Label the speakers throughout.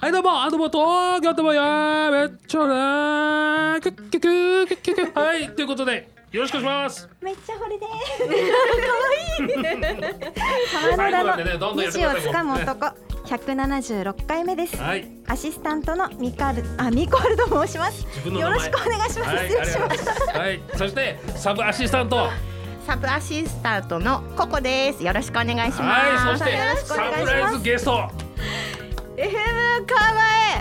Speaker 1: はいどうもあどうも東京ともやめっちゃなくっくっくっくっくっくっはいということでよろしくお願いします
Speaker 2: めっちゃ惚れです。可愛い。
Speaker 1: 最
Speaker 2: 浜
Speaker 1: 後ま
Speaker 2: 野
Speaker 1: でね
Speaker 2: 田
Speaker 1: ど
Speaker 2: の
Speaker 1: んどんやって く
Speaker 2: 西を
Speaker 1: ださい
Speaker 2: つかむ男。176回目です、
Speaker 1: はい
Speaker 2: アシスタントのミカルあミコールと申します
Speaker 1: 自分の名
Speaker 2: よ
Speaker 1: 前
Speaker 2: ろしくお願いします、
Speaker 1: はい
Speaker 2: 失礼しました
Speaker 1: ありがとうございますはいそしてサブアシスタントはい
Speaker 3: サブアシスタントのココです。よろしくお願いし
Speaker 1: そ
Speaker 3: ます。
Speaker 1: して
Speaker 2: よろしくお願いしま
Speaker 1: サ
Speaker 2: す
Speaker 1: プライズゲストは
Speaker 2: FM 川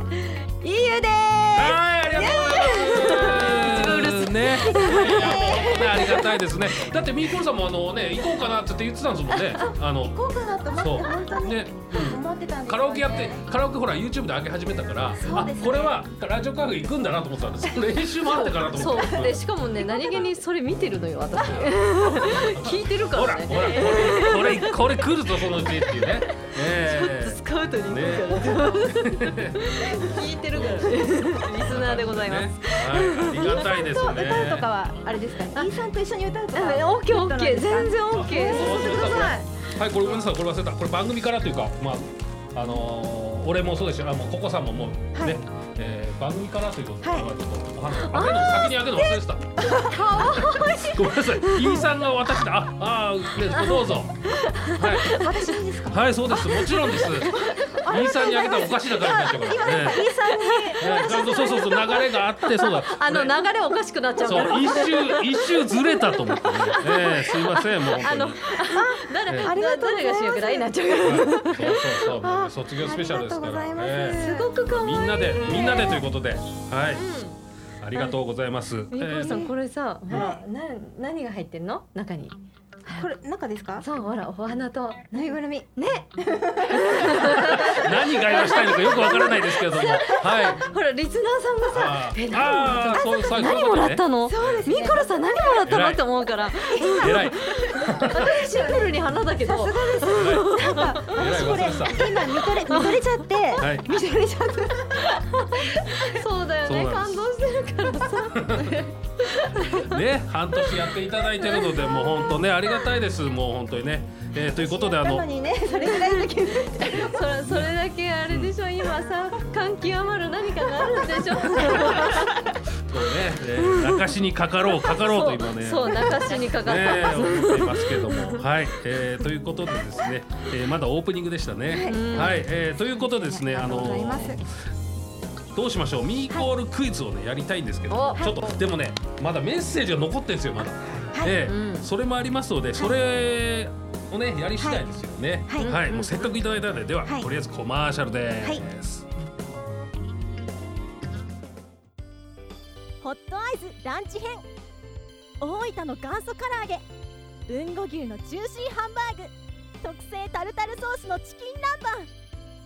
Speaker 2: 江いゆで
Speaker 1: いありがとうございますねねありがたいですねだってミーコルさんもあのね行こうかなって言ってたんですもんねあの
Speaker 2: す効果だと思って
Speaker 1: そう
Speaker 2: 本当に、
Speaker 1: ね
Speaker 2: 思ってたんですよね
Speaker 1: カラオケやってカラオケほら YouTube で上げ始めたから、
Speaker 2: そう
Speaker 1: あ
Speaker 2: ですね
Speaker 1: これはラジオカフェ行くんだなと思ってたん です練習もあったかなと
Speaker 4: そ
Speaker 1: 思って
Speaker 4: うでしかもね何気にそれ見てるのよ私聞いてるか
Speaker 1: ほ
Speaker 4: ら
Speaker 1: らほ
Speaker 4: ね
Speaker 1: らこれこれこれ来るぞそのうちっていうね ねえ
Speaker 4: スカウトに行くから聞いてるからねリスナーでございます
Speaker 1: ねはい、ありがた いですね
Speaker 2: イーさんと歌うとかはあれですかねイーさんと一緒に歌うとか
Speaker 4: あオッケーオッケー全然オッケ
Speaker 2: え
Speaker 4: ー
Speaker 2: そうしてください
Speaker 1: はいこれごめんなさいこれ忘れたこれ番組からというかまああのー、俺もそうですしあもうココさんももうね、
Speaker 2: はい
Speaker 1: えー、番組からということで、
Speaker 2: はい
Speaker 1: まあちょっとお話あ先にあげるの忘れてたごめんなさいイーさんが渡したああーねどうぞはい
Speaker 2: 私いいですか
Speaker 1: はい、そうです。もちろんです。インさんにあげたらおかしな感じになっちゃうから。ね
Speaker 2: イーさんに
Speaker 1: ねちゃんとそうそうそう流れがあってそうだ。
Speaker 4: あの
Speaker 1: ね
Speaker 4: 流れおかしくなっちゃう
Speaker 1: そ
Speaker 4: から
Speaker 1: う一周一周ずれたと思ってね。ええすいませんもう本当
Speaker 4: あ
Speaker 1: に。
Speaker 4: の
Speaker 1: はい
Speaker 4: 誰
Speaker 1: ええ
Speaker 2: ありがとうござい
Speaker 4: 誰
Speaker 2: ま
Speaker 4: が
Speaker 2: す
Speaker 4: 主役だになっちゃうから
Speaker 1: そうそうそうもう卒業スペシャルですか
Speaker 2: ありがとうご
Speaker 1: ら
Speaker 2: ざいます
Speaker 1: ね。
Speaker 4: すごく可愛い
Speaker 1: みんなでみんなでということで、はい、ありがとうございます。
Speaker 4: みこさん
Speaker 1: え
Speaker 4: これさほらな何が入ってんの中に
Speaker 2: これ中ですか
Speaker 4: そうほらお花と
Speaker 2: ぬいぐるみ
Speaker 4: ね
Speaker 1: え何がやしたいのかよくわからないですけれども、はい。
Speaker 4: ほらリスナーさんがさ
Speaker 1: あ
Speaker 4: え
Speaker 1: ー
Speaker 4: 何
Speaker 1: あー、そうそういう
Speaker 4: 何
Speaker 1: こと
Speaker 4: もら
Speaker 1: ね
Speaker 4: っ。たの
Speaker 2: そうです
Speaker 4: ミ
Speaker 2: ね
Speaker 4: コロさん何もらったの
Speaker 1: 偉い
Speaker 4: って思うから
Speaker 1: 偉い
Speaker 4: シンプルに花だけど
Speaker 2: なんか
Speaker 1: 偉
Speaker 2: 私
Speaker 1: い
Speaker 2: こ
Speaker 1: 忘
Speaker 2: れ
Speaker 1: れてた。
Speaker 2: 今見とれ見とれちゃ って、
Speaker 1: はい
Speaker 2: 見とれちゃって
Speaker 4: そうだよ
Speaker 1: そう
Speaker 4: ね
Speaker 1: なんで
Speaker 4: 感
Speaker 1: す
Speaker 4: 動してるからさ
Speaker 1: ね、半年やっていただいてるので、もう本当ね、ありがたいです。もう本当にね、えーということで、あ
Speaker 2: なの
Speaker 1: の。
Speaker 2: にねそれぐらいだけ
Speaker 4: それ それだけあれでしょ今さ感極まる何かがあるんでしょ
Speaker 1: そうね、えー泣かしにかかろう、かかろうと今ね。
Speaker 4: そう泣かしにかかっ
Speaker 1: ね
Speaker 4: た、
Speaker 1: 思っていますけども、はい、えーということでですね、えーまだオープニングでしたね。
Speaker 4: うん
Speaker 1: はい、えーということでですね、あの
Speaker 2: ありがとうございま
Speaker 1: どうしましょう、ミーコールクイズをね、やりたいんですけど
Speaker 4: お、
Speaker 1: ちょっと、でもね、まだメッセージが残ってるんですよ、まだ。ええ
Speaker 4: うん
Speaker 1: それもありますので、それをね、やり次第ですよね。は、
Speaker 2: はいい
Speaker 1: もうせっかくいただいたので、では、
Speaker 2: はい
Speaker 1: とりあえずコマーシャルです。
Speaker 5: ホットアイズランチ編大分の元祖唐揚げ豊後牛のジューシーハンバーグ特製タルタルソースのチキン南蛮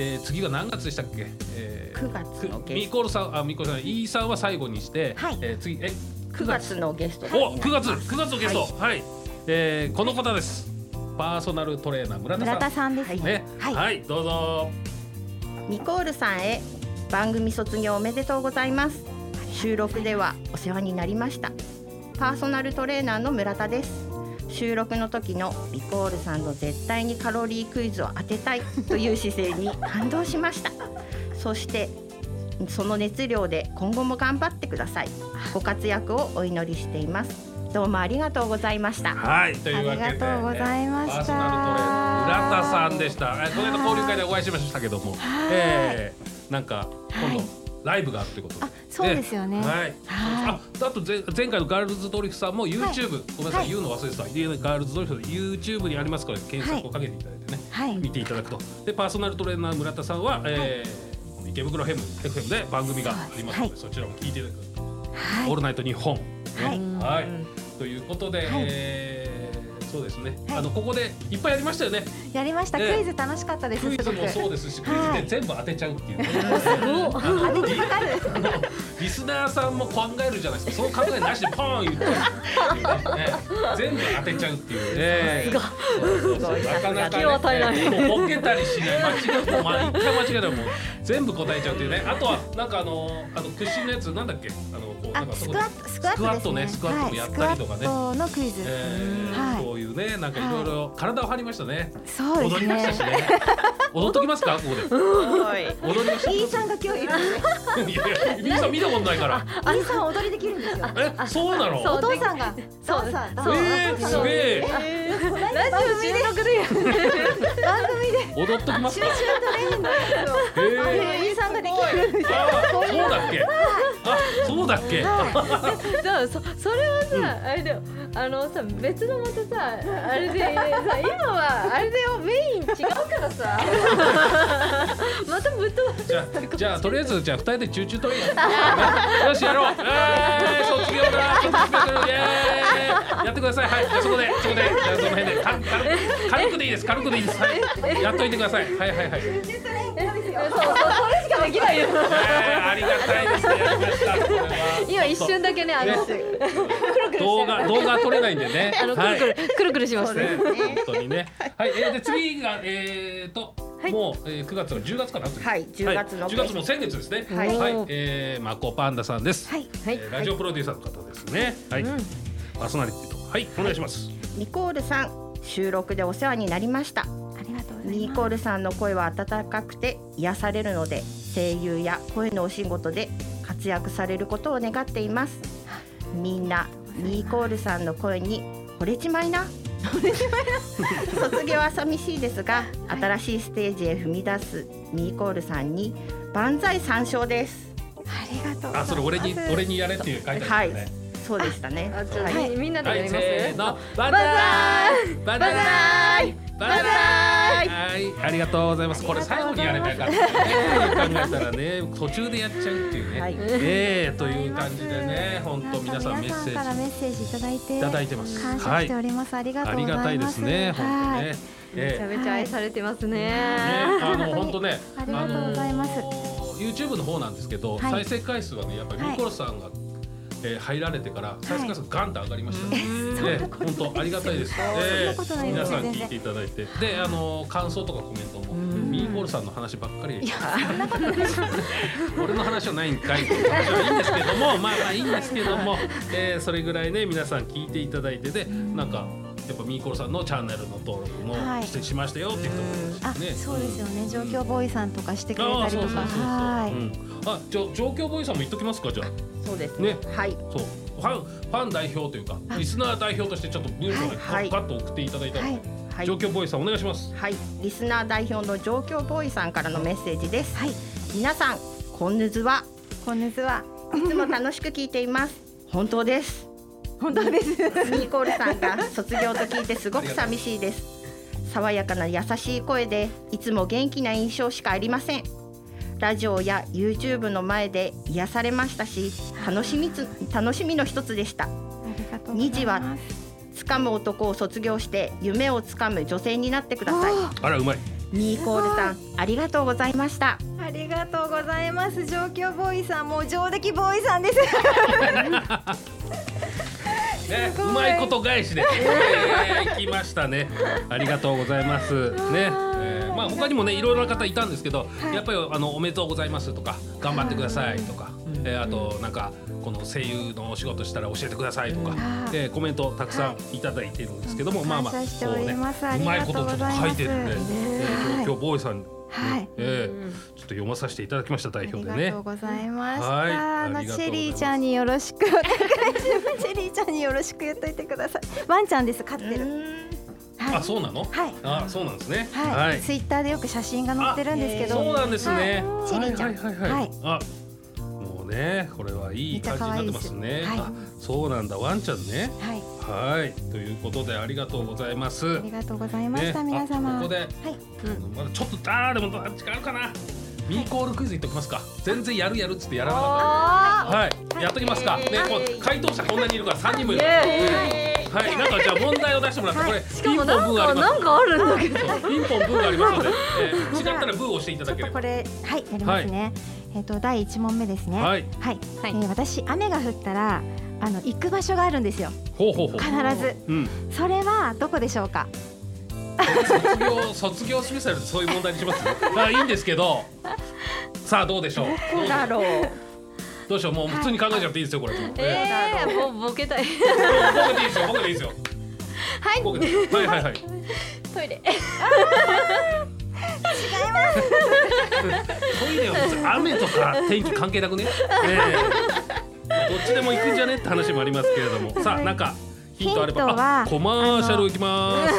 Speaker 1: えー次は何月でしたっけ？えー
Speaker 3: 9月の
Speaker 1: く
Speaker 3: ゲ
Speaker 1: ミー
Speaker 3: ス
Speaker 1: コールさん、あ、ミーコールさん、イーさんは最後にして、
Speaker 2: はい
Speaker 1: えー次、え、
Speaker 3: ト。9月のゲスト。
Speaker 1: お、9月、9月のゲスト、はい、えーこの方です。パーソナルトレーナー村田さん。
Speaker 2: 村田さんです、
Speaker 1: ね、は、
Speaker 2: はいい
Speaker 1: どうぞ。
Speaker 3: ニコールさんへ番組卒業おめでとうございます収録ではお世話になりましたパーソナルトレーナーの村田です収録の時のニコールさんの絶対にカロリークイズを当てたいという姿勢に感動しましたそしてその熱量で今後も頑張ってくださいご活躍をお祈りしていますどうもありがとうございました
Speaker 1: はい、というわけで、
Speaker 2: ありがとうございました
Speaker 1: えーパーソナルトレーナー村田さんでした。えーこの間交流会でお会いしましたけども、えーなんか今度
Speaker 2: はい
Speaker 1: ライブがあるということで。
Speaker 2: あそうですよね
Speaker 1: はい。
Speaker 2: は
Speaker 1: あ、あとぜ前回のガールズドリフさんも YouTube、ごめんなさい、
Speaker 2: はい
Speaker 1: 言うの忘れてた。いやガールズドリフさん YouTube にありますから検索をかけていただいてね、
Speaker 2: はい
Speaker 1: 見ていただくと。でパーソナルトレーナー村田さんは、えーこの池袋ヘム FM で番組がありますので、そちらも聞いていただく。
Speaker 2: は
Speaker 1: オー
Speaker 2: い
Speaker 1: ルナイト日本。ね
Speaker 2: はい
Speaker 1: はい、ということで、
Speaker 2: はい
Speaker 1: えーそうですね。
Speaker 6: はい
Speaker 1: あのここでいっぱいやりましたよね。
Speaker 6: やりました、
Speaker 1: ね
Speaker 6: クイズ楽しかったです
Speaker 1: クイ
Speaker 6: す
Speaker 1: ズ
Speaker 6: ごく
Speaker 1: もそうですし、クイズで全部当てちゃうっていうね。あのリリスナーさんも考えるじゃないですか。その考えなしでポーン言っちゃうっていうね。ね全部当てちゃうっていうね。そうそうそうなかなか
Speaker 4: 気を与えな
Speaker 1: ね、もうボケたりしない。間違えもまあ一回間違えたらもう全部答えちゃうっていうね。あとはなんかあのあの屈伸のやつなんだっけ？あのこうなん
Speaker 6: あ
Speaker 1: か
Speaker 6: ス
Speaker 1: そこ
Speaker 6: ク
Speaker 1: で
Speaker 6: ワットスクワットですね
Speaker 1: スクワットねスクワットもやったりとかね
Speaker 6: はい、スクワットのクイズ、
Speaker 1: えー
Speaker 6: はい
Speaker 1: そういうねなんかいろいろ体を張りましたね。
Speaker 6: そうで
Speaker 1: 踊
Speaker 6: す
Speaker 1: りました
Speaker 6: ね
Speaker 1: しね。踊っときますかここで。
Speaker 2: はい。
Speaker 1: 踊りました。
Speaker 6: E さんが今日いるんですね
Speaker 1: いやいや、B さん見たことないから。
Speaker 6: E さん踊りできるんですよ
Speaker 1: え、そうな
Speaker 4: そ
Speaker 1: の
Speaker 4: う。
Speaker 6: お父さんが
Speaker 4: そう
Speaker 6: お父さん
Speaker 4: そう
Speaker 1: えー、すげえ。
Speaker 4: ラジオ収録でやる
Speaker 6: 番組で
Speaker 1: 踊っときますか。え
Speaker 6: あ E さんができるんで
Speaker 1: ー、あ、そうだっけ。あ、そうだっけ。
Speaker 6: は
Speaker 4: じゃあそそれはさ、あれだよあのさ別のまたさあれでさ今はあれだよメイン違うから さまたぶっ飛ば
Speaker 1: じゃあ、じゃあとりあえずじゃあ二人でチューチュートイレ。よしやろう。えー、卒業だ。卒業だ。イエーイ。やってください。はい。じゃあそこで、そこで、じゃあその辺で軽く軽く軽くでいいです。軽くでいいです。はい。やっといてください。はいはいはい。えー、
Speaker 4: すしかできないよ
Speaker 1: ありがたいですね。やりました。これは
Speaker 4: 今一瞬だけねあの
Speaker 1: ね動画動画撮れないんでね。
Speaker 4: あのく
Speaker 1: は
Speaker 4: る
Speaker 1: い
Speaker 4: くる、くるくるしま
Speaker 1: そ
Speaker 4: す
Speaker 1: うですね。本当にね。はい、えー、で次がえーと、もう、えー、9月の10月かな。。
Speaker 3: はいい、10月の
Speaker 1: 10月も先月ですね。は、
Speaker 3: はいい
Speaker 1: えー、マコパンダさんです。
Speaker 6: はい
Speaker 1: えーラジオプロデューサーの方ですね。はい、パーソナリティと、はい、お願いします。
Speaker 3: ニコールさん収録でお世話になりました
Speaker 6: ありがとうござい
Speaker 3: ニ
Speaker 6: ます
Speaker 3: コールさんの声は温かくて癒されるので声優や声のお仕事で活躍されることを願っていますみんなニコールさんの声に惚れちまいな卒業は寂しいですが新しいステージへ踏み出すニコールさんに万歳三唱です
Speaker 6: ありがとうございま
Speaker 1: あ、
Speaker 6: す
Speaker 1: それ俺に俺にやれっていう書いてあ
Speaker 3: は
Speaker 1: る
Speaker 3: い
Speaker 1: んですね。
Speaker 3: そうでしたね
Speaker 4: あちょっと
Speaker 3: はい
Speaker 4: みみんなで
Speaker 1: は
Speaker 4: や
Speaker 1: い、
Speaker 4: り
Speaker 1: せ
Speaker 4: ます
Speaker 1: ーの、バンザーイ、バンザーイ、バンザーイ、はい、ありがとうございます。これ最後にやればよかったよね。考えたらね、途中でやっちゃうっていうね。
Speaker 3: はい
Speaker 1: ええという感じでね、本当皆さんメッセ
Speaker 6: 皆さんから
Speaker 1: ージ
Speaker 6: メッセージいただいて
Speaker 1: いただいてます。
Speaker 6: 感謝しております、ありがと
Speaker 1: あ
Speaker 6: う
Speaker 1: り
Speaker 6: ござ
Speaker 1: が
Speaker 6: います
Speaker 1: たいですね、本当
Speaker 6: はい
Speaker 1: ね。
Speaker 4: めちゃ
Speaker 1: え
Speaker 4: めちゃ愛されてますね
Speaker 1: えね、あの本当ね、
Speaker 6: ありがとうございます
Speaker 1: あのー YouTube の方なんですけど、
Speaker 6: は
Speaker 1: 再
Speaker 6: い
Speaker 1: 生回数はね、やっぱりミコロさんが、えー入られてから再生回数ガンと上がりましたね。ええ本当ありがたいです。ええ
Speaker 6: そんなことないで
Speaker 1: 皆
Speaker 6: す
Speaker 1: さん
Speaker 6: 全然
Speaker 1: 聞いていただいて、で、あのー感想とかコメントも、ミーコールさんの話ばっかり。俺の話はないんかいっていう話はいいんですけどもまあまあいいんです けども、えーそれぐらいね皆さん聞いていただいてでなんかやっぱミーコロさんのチャンネルの登録も
Speaker 6: はい
Speaker 1: してしましたよって人もいるし
Speaker 6: あ、
Speaker 1: ね。
Speaker 6: そうですよね、状況ボーイさんとかしてくれ
Speaker 1: あ
Speaker 6: た
Speaker 1: あ
Speaker 6: り
Speaker 1: そう
Speaker 6: と
Speaker 1: そうそうそう。
Speaker 6: か、はい、
Speaker 1: うんあじゃあ状況ボーイさんも言っときますかじゃあ
Speaker 3: そうです
Speaker 1: ね
Speaker 3: はい
Speaker 1: そうファンファン代表というかリスナー代表としてちょっと文章で
Speaker 3: はい
Speaker 1: ガッと送っていただいたので、
Speaker 3: はい
Speaker 1: 状況ボーイさんお願いします。
Speaker 3: はい、リスナー代表の状況ボーイさんからのメッセージです。はい、皆さん、こんぬずは
Speaker 6: こんにちは。
Speaker 3: いつも楽しく聞いてい ます。本当です。
Speaker 6: 本当です。
Speaker 3: ニーコールさんが卒業と聞いてすごく寂しいです。爽やかな優しい声で、いつも元気な印象しかありません。ラジオや YouTube の前で癒されましたし、楽しみつ楽しみの一つでした。
Speaker 6: ありがとうございま
Speaker 3: 二
Speaker 6: す。
Speaker 3: 時は掴む男を卒業して夢を掴む女性になってください。
Speaker 1: あらうまい。
Speaker 3: ニーコールさん、ありがとうございました。
Speaker 6: ありがとうございます。状況ボーイさん、もう上出来ボーイさんです。
Speaker 1: ね、うまいこと返 しで、えー、来ましたね。ありがとうございます。ね、えーまあ他にもねいろいろな方いたんですけど、やっぱりあのおめでとうございますとか頑張ってくださいとか、えーあとなんかこの声優のお仕事したら教えてくださいとか、えーコメントたくさんいただいてるんですけども、まあまあ
Speaker 6: 感謝して
Speaker 1: そう
Speaker 6: お
Speaker 1: ね、
Speaker 6: りますあ
Speaker 1: う
Speaker 6: り
Speaker 1: まい
Speaker 6: がと
Speaker 1: こ
Speaker 6: うご
Speaker 1: と
Speaker 6: ざ
Speaker 1: ちょ
Speaker 6: います
Speaker 1: っと書いてるんで、
Speaker 6: ね
Speaker 1: えー、今日ボーイさん、
Speaker 6: はい。
Speaker 1: えー、ちょっと読まさせていただきました代
Speaker 6: あり
Speaker 1: 表で
Speaker 6: が
Speaker 1: ね
Speaker 6: とう。ございました。
Speaker 1: はい
Speaker 6: あ
Speaker 1: あ
Speaker 6: の
Speaker 1: り
Speaker 6: チ
Speaker 1: がとうございます
Speaker 6: ェリーちゃんによろしくお願いします。チェリーちゃんによろしく言っといてください。ワンちゃんです。飼ってる。はい。
Speaker 1: あ、そうなの？
Speaker 6: はい
Speaker 1: あ、そうなんですね。
Speaker 6: はい、ツイッターでよく写真が載ってるんですけど、
Speaker 1: そうなんですね。
Speaker 6: はいチェ
Speaker 1: は
Speaker 6: リ
Speaker 1: い
Speaker 6: ーち
Speaker 1: はい
Speaker 6: ゃん
Speaker 1: はいはい。
Speaker 6: はい
Speaker 1: あ、もうね、これはいい感じになってます
Speaker 6: め
Speaker 1: ね。
Speaker 6: っちゃ可愛いです
Speaker 1: あ、そうなんだ、ワンちゃんね。
Speaker 6: はい、
Speaker 1: はい、ということでありがとうございます。
Speaker 6: ありがとうございました、
Speaker 1: ね
Speaker 6: 皆
Speaker 1: あ
Speaker 6: 様。
Speaker 1: ここで、うんまだちょっとあーでもあ違うかな。ミーコールクイズいっときますか。全然やるやるっつってやらなかった。はい、やっときますか。ね、もう回答者こんなにいるから三人もいる。
Speaker 4: イエ
Speaker 1: ね
Speaker 4: ーイ
Speaker 1: はい、なんかじゃあ問題を出してもらって、これ
Speaker 4: しか
Speaker 1: ピンポ
Speaker 4: も
Speaker 1: ンブ
Speaker 4: なん
Speaker 1: ーあ
Speaker 4: か
Speaker 1: ります
Speaker 4: なんかあるんだけど。
Speaker 1: そうピンポンブーがありますので、 えー違ったらブーを押していた
Speaker 6: ちょ
Speaker 1: だ
Speaker 6: っ
Speaker 1: け
Speaker 6: と
Speaker 1: れ
Speaker 6: こ
Speaker 1: ば。
Speaker 6: れはいやりますね。えっ、と第一問目ですね。はい。
Speaker 1: はい、
Speaker 4: はい
Speaker 6: えー私雨が降ったらあの行く場所があるんですよ。
Speaker 1: ほうほうほう
Speaker 6: 必。ず。
Speaker 1: うん、
Speaker 6: それはどこでしょうか。
Speaker 1: 卒業卒業スペシャルでそういう問題にします。 あ、いいんですけど。さあどうでしょう。どう
Speaker 3: だろう。
Speaker 1: どうしよう、もう普通に考えちゃっていいですよこれ。もう
Speaker 4: ええー、もうボケたい。
Speaker 1: 僕でいいですよ、僕でいいですよ。
Speaker 4: はい
Speaker 1: 僕で。はいはいはい。
Speaker 4: トイレ。
Speaker 1: トイレは別に雨とか天気関係なくね。ねえどっちでも行くんじゃねって話もありますけれども、さあなんかヒントあれば。
Speaker 6: ヒントは
Speaker 1: あコマーシャル行きます。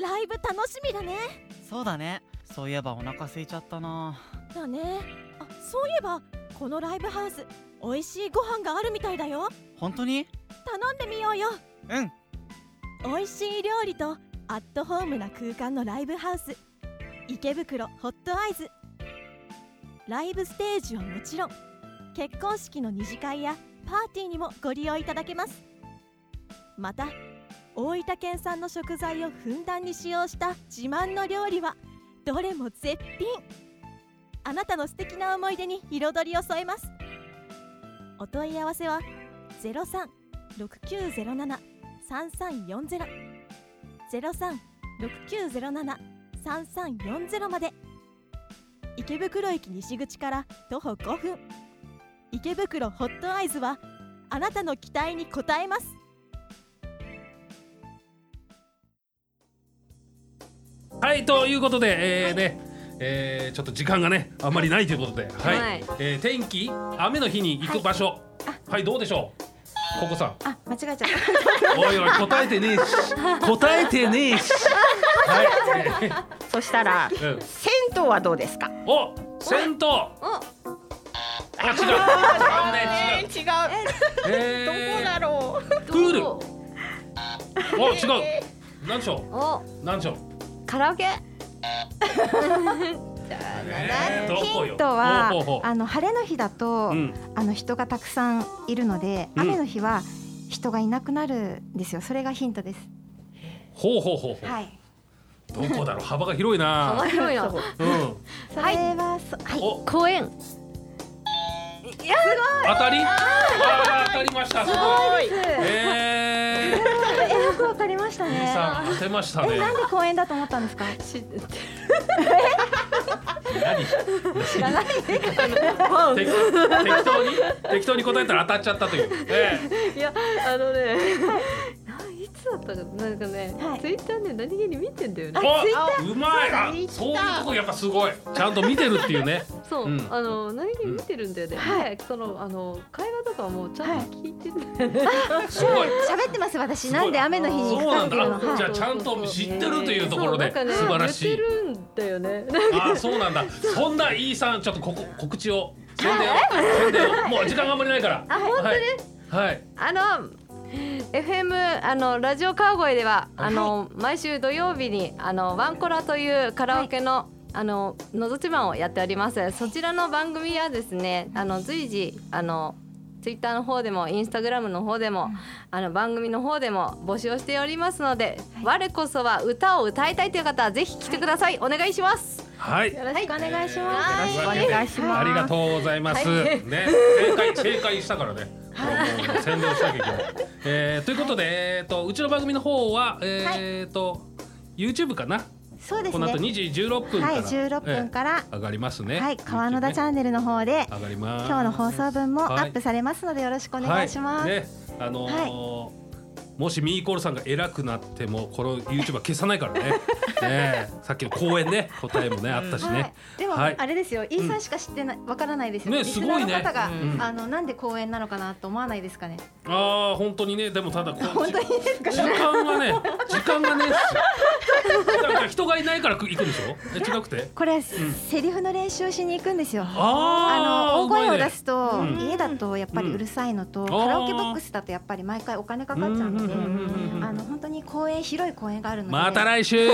Speaker 5: ライブ楽しみだね
Speaker 7: そうだねそういえばお腹空いちゃったな
Speaker 5: だねあそういえばこのライブハウス美味しいご飯があるみたいだよ
Speaker 7: 本当に
Speaker 5: 頼んでみようよ
Speaker 7: うん
Speaker 5: 美味しい料理とアットホームな空間のライブハウス池袋ホットアイズライブステージはもちろん結婚式の二次会やパーティーにもご利用いただけますまた大分県産の食材をふんだんに使用した自慢の料理はどれも絶品あなたの素敵な思い出に彩りを添えますお問い合わせは036907 3340ゼロ三六九ゼロ七三三四ゼロまで。池袋駅西口から徒歩5分。池袋ホットアイズはあなたの期待に応えます。
Speaker 1: はいということで、えーねえーちょっと時間がねあんまりないということで、はい
Speaker 4: はい
Speaker 1: えー天気雨の日に行く場所はい、どうでしょうココさん
Speaker 6: あ間違えちゃっ
Speaker 1: おいおい答えてねえし答えてねえしはい、え
Speaker 3: そしたら
Speaker 1: ーうん
Speaker 3: 銭湯はどうですか。
Speaker 1: お銭湯あ違う残念違う
Speaker 3: 違う。
Speaker 1: えー
Speaker 3: ろう。
Speaker 1: プールお違うなんでしょ
Speaker 4: お、
Speaker 1: うなんでしょう
Speaker 2: カラオケ
Speaker 1: えーど
Speaker 6: た。ヒ
Speaker 1: こよ
Speaker 6: ントは
Speaker 1: ほうほうほ
Speaker 6: あの晴れの日だと、
Speaker 1: ううん
Speaker 6: あの人がたくさんいるので、
Speaker 1: うん
Speaker 6: 雨の日は人がいなくなるんですよ。それがヒントです。
Speaker 1: ほうほうほうほう
Speaker 6: はい。
Speaker 1: どこだろう幅が広いな
Speaker 4: 幅広いな。
Speaker 1: うん
Speaker 6: それはそはい。
Speaker 1: お
Speaker 4: 公園。
Speaker 1: 当たりあー当たりましたすごいえ
Speaker 6: えよくわかりました
Speaker 1: ー、
Speaker 6: ね。
Speaker 1: さん当てました
Speaker 6: え
Speaker 1: ね
Speaker 6: なんで公園だと思ったんですか。
Speaker 1: 何
Speaker 6: 知らない。
Speaker 1: 適適当に適当に答えたら当たっちゃったという、え
Speaker 4: いや、あのね。ないつだったか、なんかね、
Speaker 6: はい
Speaker 4: ツイッターね、何気に見てんだよ
Speaker 1: ー、
Speaker 4: ね。
Speaker 1: おうまいあ
Speaker 3: ツイッター
Speaker 1: そういうとこやっぱすごいちゃんと見てるっていうね
Speaker 4: そう、
Speaker 1: うん
Speaker 4: あの、何気に見てるんだよね。でその、あの、会話とかもちゃんと聞いてるんだよね。
Speaker 1: すごい
Speaker 6: 喋ってます私。
Speaker 1: すごい
Speaker 6: なんで雨の日に
Speaker 1: そう
Speaker 6: 行った
Speaker 1: な
Speaker 6: っ
Speaker 1: んだ
Speaker 6: ていうのは。
Speaker 1: あじゃあ
Speaker 6: は
Speaker 1: ちゃんと知ってるというところで
Speaker 4: そうなんかね
Speaker 1: 素晴らし
Speaker 4: 言
Speaker 1: い
Speaker 4: ってるんだよね。
Speaker 1: あーそうなんだそんな E さんちょっとここ告知を宣伝を宣伝をもう時間があんまりないからはいはい
Speaker 4: あの FM あのラジオ川越では
Speaker 1: はい
Speaker 4: あの、毎週土曜日にあのワンコラというカラオケの、あののど自慢をやっております。そちらの番組はですね、あの随時あのツイッターの方でもインスタグラムの方でも、あの番組の方でも募集をしておりますので、我こそは歌を歌いたいという方はぜひ来てください。お願いします。
Speaker 1: はい
Speaker 6: よろしくお願いします。
Speaker 1: よろくお願いしますありがとうございます。ね、正解正解したからね。これはもう宣伝しなきゃいけない。えーということで、えーとうちの番組の方はえーと、YouTube かな。
Speaker 6: そうです
Speaker 1: この後
Speaker 6: ね。
Speaker 1: 2時16分か
Speaker 6: は
Speaker 1: ら、
Speaker 6: い、16分から、
Speaker 1: えー上がりますね。
Speaker 6: はい、川野田チ
Speaker 1: ん
Speaker 6: ャンネルの方で、
Speaker 1: 上がります。
Speaker 6: 今日の放送分も
Speaker 1: はい
Speaker 6: アップされますので、よろしくお願いします。
Speaker 1: はい、ね、あのーもしミーコールさんが偉くなってもこの YouTube は消さないから ね。ねさっきの講演ね答えもねあったし
Speaker 6: は
Speaker 1: ね
Speaker 6: い。、でも、
Speaker 1: はい
Speaker 6: あれですよ、イーサンしか知ってない、わからないですよ
Speaker 1: ね
Speaker 6: リスナー
Speaker 1: すごいね
Speaker 6: の方が、
Speaker 1: うん
Speaker 6: あの、なんで公園なのかなと思わないですかね。
Speaker 1: ああ本当にねでもただこう
Speaker 6: 本当にですか。
Speaker 1: 時間がね、時間がねえっすよ。なんか人がいないから行くんでしょ？え違くて？
Speaker 6: これ、セリフの練習をしに行くんですよ。
Speaker 1: あ
Speaker 6: あ
Speaker 1: ー
Speaker 6: の大声を
Speaker 1: う
Speaker 6: 出。
Speaker 1: まいね
Speaker 6: すと、
Speaker 1: うん
Speaker 6: 家だとやっぱりうるさいのと、
Speaker 1: ん
Speaker 6: カラオケボックスだとやっぱり毎回お金かかっちゃうの
Speaker 1: うんうんうんうんうん
Speaker 6: で、あの本当に公園広い公園があるので、
Speaker 1: また来週。